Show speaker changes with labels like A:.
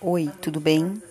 A: Oi, tudo bem?